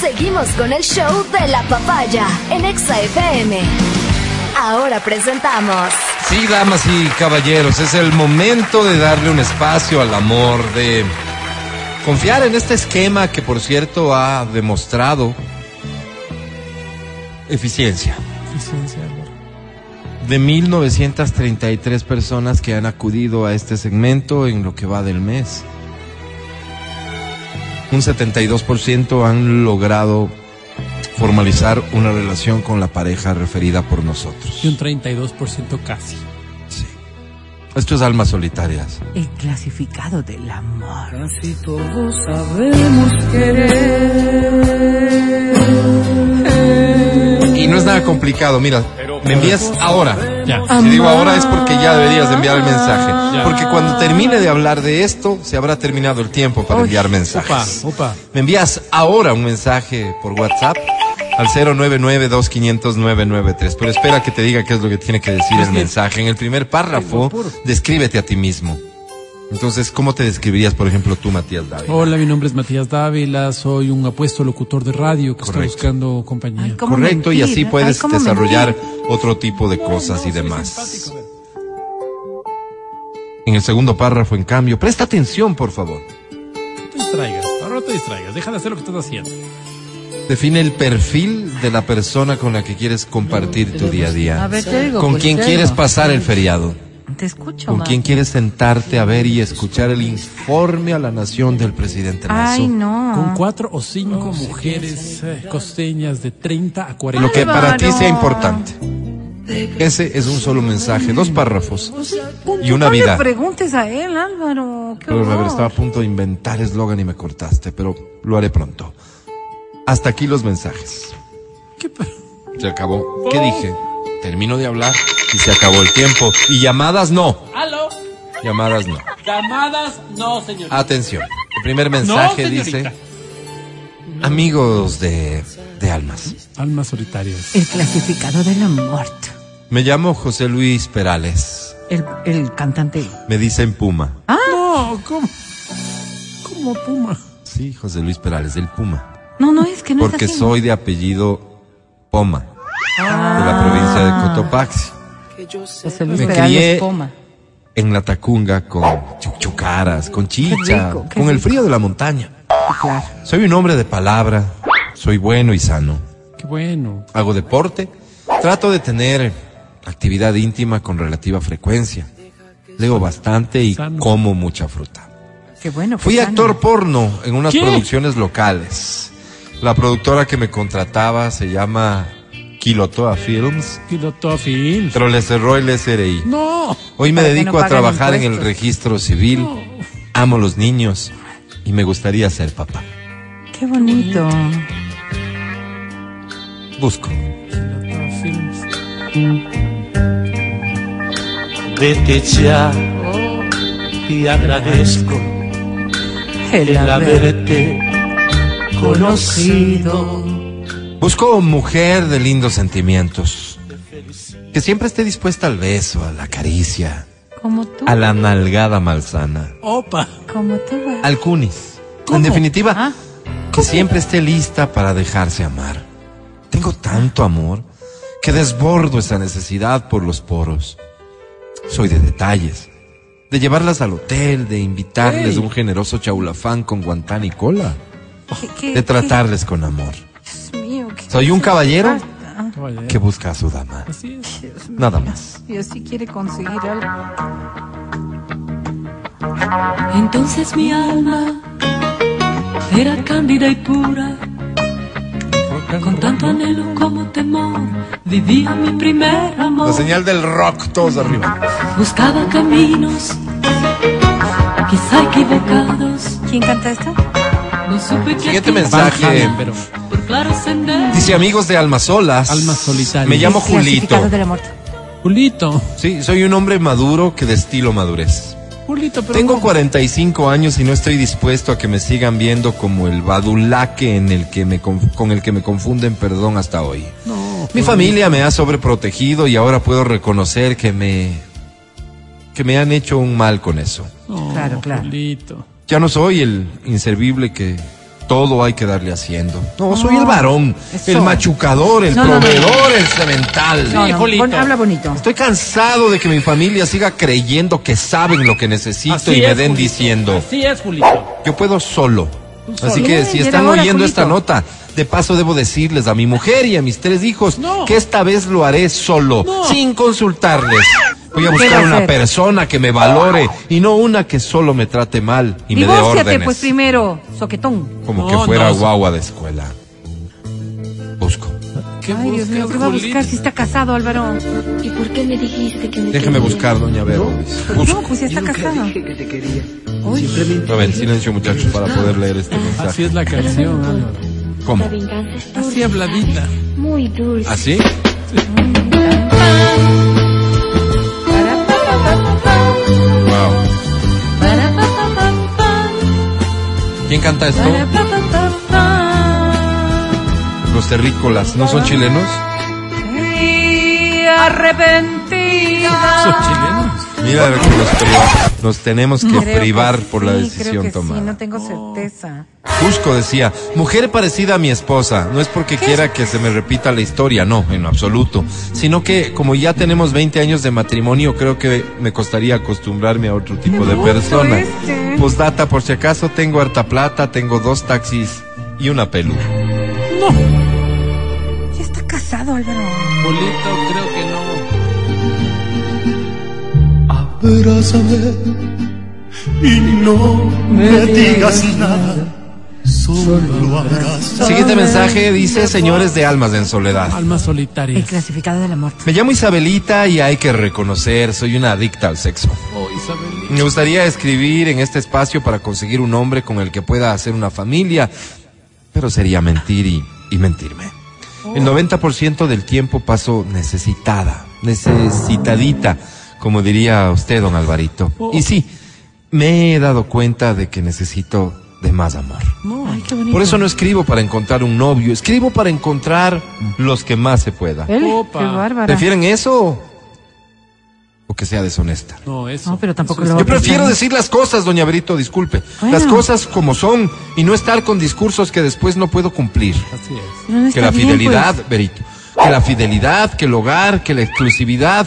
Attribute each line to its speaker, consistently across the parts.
Speaker 1: Seguimos con el show de la papaya en Exa FM. Ahora presentamos.
Speaker 2: Sí, damas y caballeros, es el momento de darle un espacio al amor, de confiar en este esquema que, por cierto, ha demostrado eficiencia.
Speaker 3: Eficiencia, amor.
Speaker 2: De 1933 personas que han acudido a este segmento en lo que va del mes, un 72% han logrado formalizar una relación con la pareja referida por nosotros.
Speaker 3: Y un 32% casi.
Speaker 2: Sí. Esto es almas solitarias.
Speaker 4: El clasificado del amor.
Speaker 5: Casi todos sabemos querer.
Speaker 2: Y no es nada complicado, mira, me envías ahora.
Speaker 3: Ya.
Speaker 2: Si digo ahora es porque ya deberías de enviar el mensaje.
Speaker 3: Ya.
Speaker 2: Porque cuando termine de hablar de esto, se habrá terminado el tiempo para enviar
Speaker 3: Opa,
Speaker 2: mensajes.
Speaker 3: opa.
Speaker 2: Me envías ahora un mensaje por WhatsApp al 099-2500-993. Pero espera que te diga qué es lo que tiene que
Speaker 3: Pues
Speaker 2: decir el mensaje. En el primer párrafo, descríbete a ti mismo. Entonces, ¿cómo te describirías, por ejemplo, tú, Matías Dávila?
Speaker 3: Hola, mi nombre es Matías Dávila, soy un apuesto locutor de radio que
Speaker 2: Correcto.
Speaker 3: está buscando compañía.
Speaker 4: Ay, ¿Cómo
Speaker 2: Correcto, y
Speaker 4: mentir?
Speaker 2: así
Speaker 4: Ay,
Speaker 2: puedes
Speaker 4: ¿cómo
Speaker 2: desarrollar
Speaker 4: mentir?
Speaker 2: otro tipo de cosas y demás. En el segundo párrafo, en cambio, presta atención, por favor.
Speaker 3: No te distraigas, ahora no te distraigas, deja de hacer lo que estás haciendo.
Speaker 2: Define el perfil de la persona con la que quieres compartir tu día a
Speaker 4: A
Speaker 2: día.
Speaker 4: ver, te digo,
Speaker 2: ¿Con
Speaker 4: pues,
Speaker 2: quién
Speaker 4: te
Speaker 2: quieres
Speaker 4: digo.
Speaker 2: pasar el feriado?
Speaker 4: Te escucho,
Speaker 2: ¿Con
Speaker 4: ma.
Speaker 2: quién quieres sentarte a ver y escuchar el informe a la nación del presidente
Speaker 4: Ay,
Speaker 2: Lazo?
Speaker 4: no.
Speaker 3: Con cuatro o cinco
Speaker 4: Oh,
Speaker 3: mujeres eh, costeñas de 30 a 40.
Speaker 2: Lo que para ti sea
Speaker 4: Álvaro.
Speaker 2: importante. Ese es un solo mensaje, dos párrafos y una
Speaker 4: no
Speaker 2: vida.
Speaker 4: le preguntes a él, Álvaro. Qué
Speaker 2: Pero, a ver,
Speaker 4: horror.
Speaker 2: estaba a punto de inventar eslogan y me cortaste, pero lo haré pronto. Hasta aquí los mensajes. Oh.
Speaker 3: ¿Qué pa-
Speaker 2: Se acabó. ¿Qué dije? Termino de hablar y se acabó el tiempo. Y llamadas no.
Speaker 3: ¿Aló?
Speaker 2: Llamadas no.
Speaker 3: Llamadas no, señor.
Speaker 2: Atención. El primer Ah, mensaje dice,
Speaker 3: señorita.
Speaker 2: amigos de, de almas.
Speaker 3: Almas solitarias.
Speaker 4: El clasificado del amor.
Speaker 2: Me llamo José Luis Perales.
Speaker 4: El, el cantante.
Speaker 2: Me dicen Puma.
Speaker 3: No, ¿cómo? ¿Cómo Puma?
Speaker 2: Sí, José Luis Perales, del Puma.
Speaker 4: No, no, es que no
Speaker 2: Porque
Speaker 4: es así.
Speaker 2: soy de apellido Poma, de
Speaker 4: Ah,
Speaker 2: la provincia de Cotopaxi.
Speaker 4: José Luis
Speaker 2: Me
Speaker 4: Perales
Speaker 2: crié-
Speaker 4: Poma.
Speaker 2: en la tacunga con chuchucaras, con chicha,
Speaker 4: rico, qué
Speaker 2: con el
Speaker 4: rico.
Speaker 2: frío de la montaña.
Speaker 4: Claro.
Speaker 2: Soy un hombre de palabra, soy bueno y sano,
Speaker 3: Qué bueno.
Speaker 2: hago deporte, trato de tener actividad íntima con relativa frecuencia, leo bastante y
Speaker 3: Sano.
Speaker 2: como mucha fruta.
Speaker 4: Qué bueno.
Speaker 2: Fui
Speaker 4: pues,
Speaker 2: actor
Speaker 4: ánimo.
Speaker 2: porno en unas
Speaker 3: ¿Qué?
Speaker 2: producciones locales. La productora que me contrataba se llama Kilotoa Films,
Speaker 3: Y doctor Phil.
Speaker 2: pero le cerró el SRI.
Speaker 3: No.
Speaker 2: Hoy me
Speaker 4: Para que
Speaker 2: dedico
Speaker 4: no
Speaker 2: a
Speaker 4: paguen
Speaker 2: trabajar en el
Speaker 4: impuestos.
Speaker 2: registro civil.
Speaker 3: No.
Speaker 2: Amo los niños y me gustaría ser papá.
Speaker 4: Qué bonito.
Speaker 2: Busco.
Speaker 3: Doctor Phil.
Speaker 6: Vete ya y agradezco
Speaker 4: El
Speaker 6: el
Speaker 4: haber
Speaker 6: haberte conocido.
Speaker 2: Busco mujer de lindos sentimientos. Que siempre esté dispuesta al beso, a la caricia,
Speaker 4: como tú.
Speaker 2: a la nalgada malsana,
Speaker 3: Opa.
Speaker 4: Como tú. ah.
Speaker 2: al cunis. En
Speaker 3: ¿Cómo?
Speaker 2: definitiva,
Speaker 4: Ah,
Speaker 2: que siempre esté lista para dejarse amar. Tengo tanto amor que desbordo esa necesidad por los poros. Soy de detalles, de llevarlas al hotel, de invitarles
Speaker 3: Ey.
Speaker 2: un generoso chaulafán con guantán y cola,
Speaker 4: qué- qué-
Speaker 2: de tratarles con amor.
Speaker 4: qué- Dios mío, qué-
Speaker 2: Soy un caballero
Speaker 4: Ah,
Speaker 3: Caballero.
Speaker 2: que busca a su dama.
Speaker 3: Así es.
Speaker 2: Nada más.
Speaker 4: Dios sí quiere conseguir algo.
Speaker 7: Entonces mi alma era cándida y pura, con tanto anhelo como temor, vivía mi primer amor,
Speaker 2: señal del rock, todos arriba.
Speaker 7: buscaba caminos, quizá equivocados,
Speaker 4: ¿Quién canta esto?
Speaker 7: no supe qué
Speaker 2: Siguiente
Speaker 7: hacer
Speaker 2: mensaje.
Speaker 3: Van Halen, pero
Speaker 7: por claro sendero.
Speaker 2: Dice amigos de Almas Solas.
Speaker 3: Almas solitarias.
Speaker 2: Me llamo
Speaker 4: El clasificado
Speaker 2: Julito.
Speaker 4: del amor.
Speaker 3: Julito.
Speaker 2: Sí, soy un hombre maduro que destilo madurez.
Speaker 3: Julito, pero
Speaker 2: Tengo
Speaker 3: ¿cómo?
Speaker 2: 45 años y no estoy dispuesto a que me sigan viendo como el badulaque en el que me conf- con el que me confunden, perdón, hasta hoy.
Speaker 3: No.
Speaker 2: Mi familia me ha sobreprotegido y ahora puedo reconocer que me que me han hecho un mal con eso.
Speaker 3: No,
Speaker 4: Claro, claro.
Speaker 3: Julito.
Speaker 2: Ya no soy el inservible que todo hay que darle haciendo. No, soy el varón, el machucador, el
Speaker 5: No, no, no.
Speaker 2: proveedor, el cemental.
Speaker 5: No, no,
Speaker 3: Híjolito.
Speaker 5: pon- habla bonito.
Speaker 2: Estoy cansado de que mi familia siga creyendo que saben lo que necesito y me
Speaker 3: es,
Speaker 2: den
Speaker 3: Julito.
Speaker 2: diciendo.
Speaker 3: Así es, Julito.
Speaker 2: Yo puedo solo. Así
Speaker 5: solo.
Speaker 2: que
Speaker 5: Bien,
Speaker 2: si
Speaker 5: llega
Speaker 2: están
Speaker 5: ahora,
Speaker 2: oyendo esta
Speaker 5: Julito.
Speaker 2: nota, de paso debo decirles a mi mujer y a mis tres hijos
Speaker 3: No.
Speaker 2: que esta vez lo haré solo, sin consultarles. Voy a
Speaker 5: ¿Qué va
Speaker 2: buscar
Speaker 5: a
Speaker 2: una
Speaker 5: hacer?
Speaker 2: persona que me valore y no una que solo me trate mal y me dé
Speaker 5: Divórciate,
Speaker 2: órdenes.
Speaker 5: pues primero, soquetón.
Speaker 2: Como
Speaker 3: No,
Speaker 2: que fuera
Speaker 3: no.
Speaker 2: guagua de escuela. Busco.
Speaker 3: ¿Qué
Speaker 5: Ay, Dios mío,
Speaker 3: buscas,
Speaker 5: ¿qué va a
Speaker 3: Julito?
Speaker 5: buscar si está casado, Álvaro?
Speaker 7: ¿Y por qué me dijiste que me
Speaker 2: Déjame
Speaker 7: querías?
Speaker 2: buscar, doña Vero.
Speaker 5: No,
Speaker 2: Busco.
Speaker 5: pues ya está casado.
Speaker 2: A ver, silencio, muchachos, para poder leer este
Speaker 3: Así
Speaker 2: mensaje.
Speaker 3: es la canción, Álvaro.
Speaker 2: ¿Cómo?
Speaker 7: La venganza es dulce,
Speaker 3: Así habladita.
Speaker 7: muy dulce.
Speaker 2: ¿Así?
Speaker 7: Para, pa, pa, pa, pa, pa.
Speaker 2: Wow.
Speaker 7: Para, pa, pa, pa, pa.
Speaker 2: ¿Quién canta esto?
Speaker 7: Para, pa, pa, pa, pa.
Speaker 2: Los terrícolas, ¿no son chilenos?
Speaker 7: Y arrepentida.
Speaker 3: Son chilenos.
Speaker 2: Mira que nos, priva- nos tenemos que
Speaker 4: Creo que
Speaker 2: privar por la
Speaker 4: sí, creo
Speaker 2: decisión
Speaker 4: que
Speaker 2: tomada.
Speaker 4: Sí, no tengo certeza.
Speaker 2: Cusco decía, mujer parecida a mi esposa, no es porque quiera que se me repita la historia, no, en absoluto, sino que como ya tenemos 20 años de matrimonio, creo que me costaría acostumbrarme a otro tipo de
Speaker 4: bruto
Speaker 2: persona.
Speaker 4: este.
Speaker 2: Postdata, por si acaso, tengo harta plata, tengo dos taxis y una pelu.
Speaker 4: Ya está casado, Álvaro.
Speaker 3: Julito, creo que no.
Speaker 6: Abrázame y no me digas nada. Solo abrázame.
Speaker 2: Siguiente mensaje dice, señores de almas en soledad.
Speaker 3: Almas
Speaker 4: El
Speaker 3: solitarias.
Speaker 4: clasificado de la muerte.
Speaker 2: Me llamo Isabelita y hay que reconocer, soy una adicta al sexo.
Speaker 3: Oh, Isabelita.
Speaker 2: Me gustaría escribir en este espacio para conseguir un hombre con el que pueda hacer una familia, pero sería mentir y, y mentirme.
Speaker 4: Oh.
Speaker 2: El 90% del tiempo paso necesitada, necesitadita, como diría usted, don Alvarito.
Speaker 4: Oh.
Speaker 2: Y sí, me he dado cuenta de que necesito de más amor.
Speaker 4: Ay, qué bonito.
Speaker 2: Por eso no escribo para encontrar un novio, escribo para encontrar los que más se pueda.
Speaker 4: Él,
Speaker 3: Opa.
Speaker 4: Qué bárbara.
Speaker 2: ¿Prefieren eso o que sea deshonesta?
Speaker 3: No, eso.
Speaker 4: No, pero tampoco
Speaker 3: Eso
Speaker 4: lo
Speaker 2: Yo
Speaker 3: es-
Speaker 2: prefiero decir las cosas, doña Berito, disculpe.
Speaker 4: Bueno.
Speaker 2: Las cosas como son y no estar con discursos que después no puedo cumplir.
Speaker 3: Así es.
Speaker 4: No, no
Speaker 2: Que
Speaker 4: está
Speaker 2: la
Speaker 4: bien, pues.
Speaker 2: fidelidad, Berito. Que la fidelidad, que el hogar, que la exclusividad.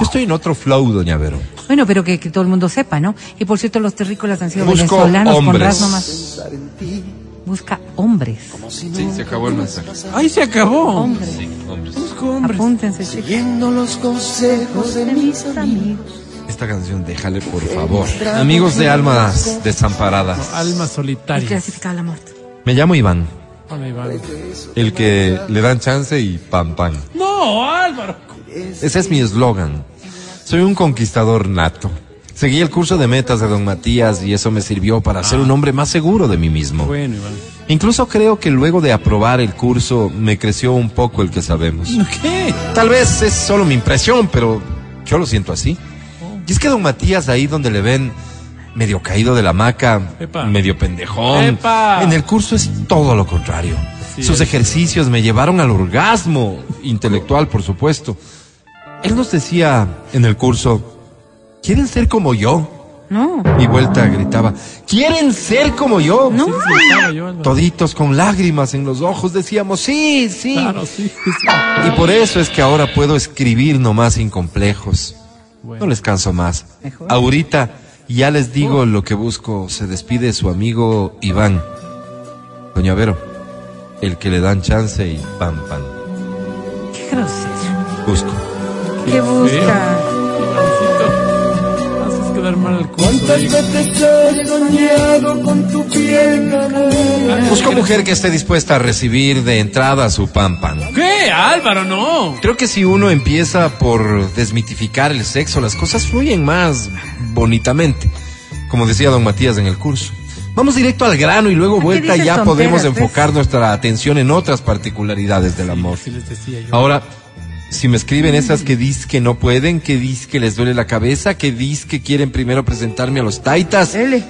Speaker 2: Yo estoy en otro flow, doña Vero.
Speaker 4: pues. Bueno, pero que, que todo el mundo sepa, ¿no? Y por cierto, los terrícolas han sido
Speaker 2: Busco
Speaker 4: venezolanos con
Speaker 2: hombres.
Speaker 4: razón más. Busca hombres.
Speaker 2: Sí, se acabó el mensaje.
Speaker 3: Ahí se acabó.
Speaker 4: Hombres.
Speaker 3: Busco hombres.
Speaker 4: Apúntense, chicos.
Speaker 2: Esta canción, déjale, por favor. Amigos Eh, de almas desamparadas.
Speaker 3: Almas
Speaker 4: El
Speaker 3: solitarias.
Speaker 4: clasificado de la muerte.
Speaker 2: Me llamo Iván.
Speaker 3: Hola, Iván.
Speaker 2: El que le dan chance y pam, pam.
Speaker 3: No, Álvaro.
Speaker 2: Ese es mi eslogan. Soy un conquistador nato. Seguí el curso de metas de don Matías y eso me sirvió para ser un hombre más seguro de mí mismo.
Speaker 3: Bueno, Iván.
Speaker 2: Incluso creo que luego de aprobar el curso me creció un poco el que sabemos.
Speaker 3: ¿Qué?
Speaker 2: Tal vez es solo mi impresión, pero yo lo siento así. Y es que don Matías ahí donde le ven medio caído de la hamaca,
Speaker 3: Epa.
Speaker 2: medio pendejón,
Speaker 3: Epa.
Speaker 2: en el curso es todo lo contrario. Sus ejercicios me llevaron al orgasmo intelectual, por supuesto. Él nos decía en el curso, ¿quieren ser como yo?
Speaker 4: No.
Speaker 2: Y vuelta gritaba, ¿quieren ser como yo?
Speaker 4: No.
Speaker 3: Estaba yo, Álvaro.
Speaker 2: Toditos con lágrimas en los ojos decíamos, sí, sí.
Speaker 3: Claro, sí. sí.
Speaker 2: Y por eso es que ahora puedo escribir nomás sin complejos.
Speaker 3: Bueno.
Speaker 2: No les canso más.
Speaker 4: Mejor.
Speaker 2: Ahorita ya les digo lo que busco. Se despide su amigo Iván. Doña Vero, el que le dan chance y pam, pam.
Speaker 4: Qué grosero.
Speaker 2: Busco.
Speaker 4: ¿Qué busca?
Speaker 3: Ivancito. Haces quedar mal al cuento.
Speaker 2: Busco mujer que esté dispuesta a recibir de entrada su pam, pam.
Speaker 3: ¿Qué? Álvaro, no.
Speaker 2: Creo que si uno empieza por desmitificar el sexo, las cosas fluyen más bonitamente, como decía don Matías en el curso. Vamos directo al grano y luego
Speaker 4: qué
Speaker 2: vuelta
Speaker 4: dices
Speaker 2: ya
Speaker 4: tonteras,
Speaker 2: podemos
Speaker 4: ves?
Speaker 2: enfocar nuestra atención en otras particularidades del amor.
Speaker 3: Así les decía yo.
Speaker 2: Ahora, si me
Speaker 4: Mm.
Speaker 2: escriben esas que dis que no pueden, que dis que les duele la cabeza, que dis que quieren primero presentarme a los taitas,
Speaker 4: L.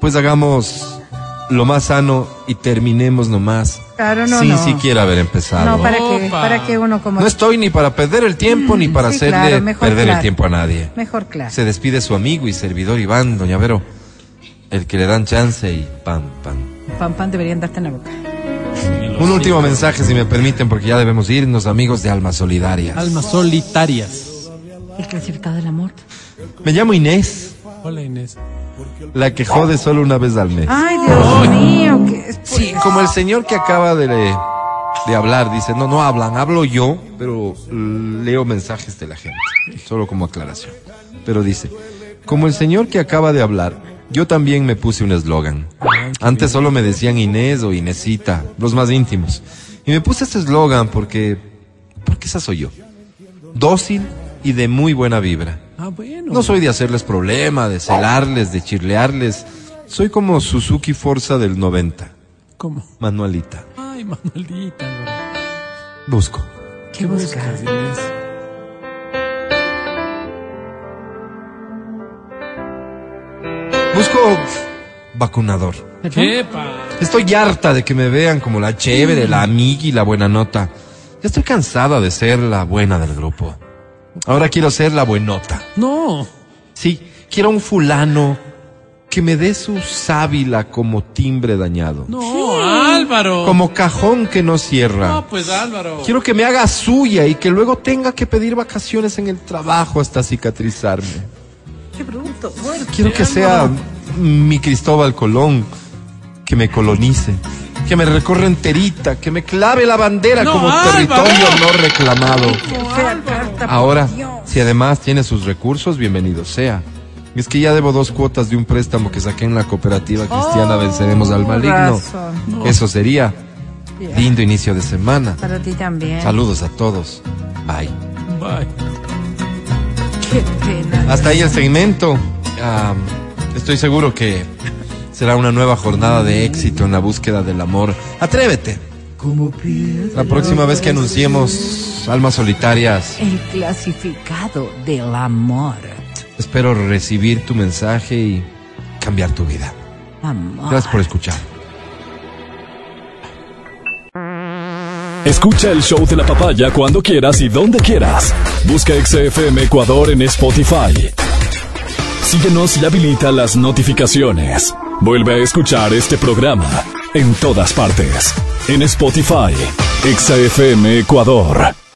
Speaker 2: pues hagamos lo más sano y terminemos nomás
Speaker 4: Claro, no,
Speaker 2: sin
Speaker 4: no.
Speaker 2: siquiera haber empezado.
Speaker 4: No, para que,
Speaker 3: Opa.
Speaker 4: para que uno como.
Speaker 2: No estoy ni para perder el tiempo ni para
Speaker 4: Mm, sí,
Speaker 2: hacerle
Speaker 4: claro, mejor
Speaker 2: perder el
Speaker 4: claro.
Speaker 2: tiempo a nadie.
Speaker 4: Mejor claro.
Speaker 2: Se despide su amigo y servidor Iván, doña Vero, el que le dan chance y pam, pam.
Speaker 5: Pan pan debería andarte en la boca.
Speaker 2: Un último mensaje, si me permiten, porque ya debemos irnos, amigos de Almas Solidarias.
Speaker 3: Almas solitarias.
Speaker 5: El clasificado del amor.
Speaker 2: Me llamo Inés,
Speaker 3: Hola Inés.
Speaker 2: la que jode solo una vez al mes.
Speaker 5: Ay, Dios mío, que es
Speaker 2: Sí, como el señor que acaba de, de hablar, dice, no, no hablan, hablo yo, pero leo mensajes de la gente, solo como aclaración. Pero dice, como el señor que acaba de hablar, yo también me puse un eslogan. Antes solo me decían Inés o Inesita, los más íntimos. Y me puse este eslogan porque, porque esa soy yo. Dócil y de muy buena vibra.
Speaker 3: Ah, bueno.
Speaker 2: No soy de hacerles problema, de celarles, de chirlearles. Soy como Suzuki Forza del 90.
Speaker 3: ¿Cómo?
Speaker 2: Manualita.
Speaker 3: Ay, Manuelita. ¿no?
Speaker 2: Busco.
Speaker 3: ¿Qué buscas, Inés?
Speaker 2: Busco vacunador.
Speaker 3: ¡Epa!
Speaker 2: Estoy harta de que me vean como la chévere, la amiga y la buena nota. Ya estoy cansada de ser la buena del grupo. Ahora quiero ser la buenota.
Speaker 3: No.
Speaker 2: Sí, quiero un fulano que me dé su sábila como timbre dañado.
Speaker 3: No, Álvaro.
Speaker 2: Como cajón que no cierra.
Speaker 3: No, pues Álvaro.
Speaker 2: Quiero que me haga suya y que luego tenga que pedir vacaciones en el trabajo hasta cicatrizarme.
Speaker 5: Qué bruto.
Speaker 2: Quiero que sea mi Cristóbal Colón, que me colonice, que me recorra enterita, que me clave la bandera
Speaker 3: No,
Speaker 2: como
Speaker 3: Álvaro.
Speaker 2: territorio no reclamado.
Speaker 5: Fea carta.
Speaker 2: Ahora, si además tiene sus recursos, bienvenido sea. Es que ya debo dos cuotas de un préstamo que saqué en la cooperativa cristiana Venceremos al Maligno.
Speaker 5: Oh, razón.
Speaker 2: Eso sería. Lindo inicio de semana.
Speaker 5: Para ti también.
Speaker 2: Saludos a todos. Bye.
Speaker 3: Bye.
Speaker 5: Qué pena.
Speaker 2: Hasta ahí el segmento. Am, estoy seguro que será una nueva jornada de éxito en la búsqueda del amor. Atrévete. La próxima vez que anunciemos Almas Solitarias,
Speaker 4: El clasificado del amor.
Speaker 2: espero recibir tu mensaje y cambiar tu vida.
Speaker 4: Amor.
Speaker 2: Gracias por escuchar.
Speaker 8: Escucha el show de la papaya cuando quieras y donde quieras. Busca XFM Ecuador en Spotify. Síguenos y habilita las notificaciones. Vuelve a escuchar este programa en todas partes. En Spotify, XFM Ecuador.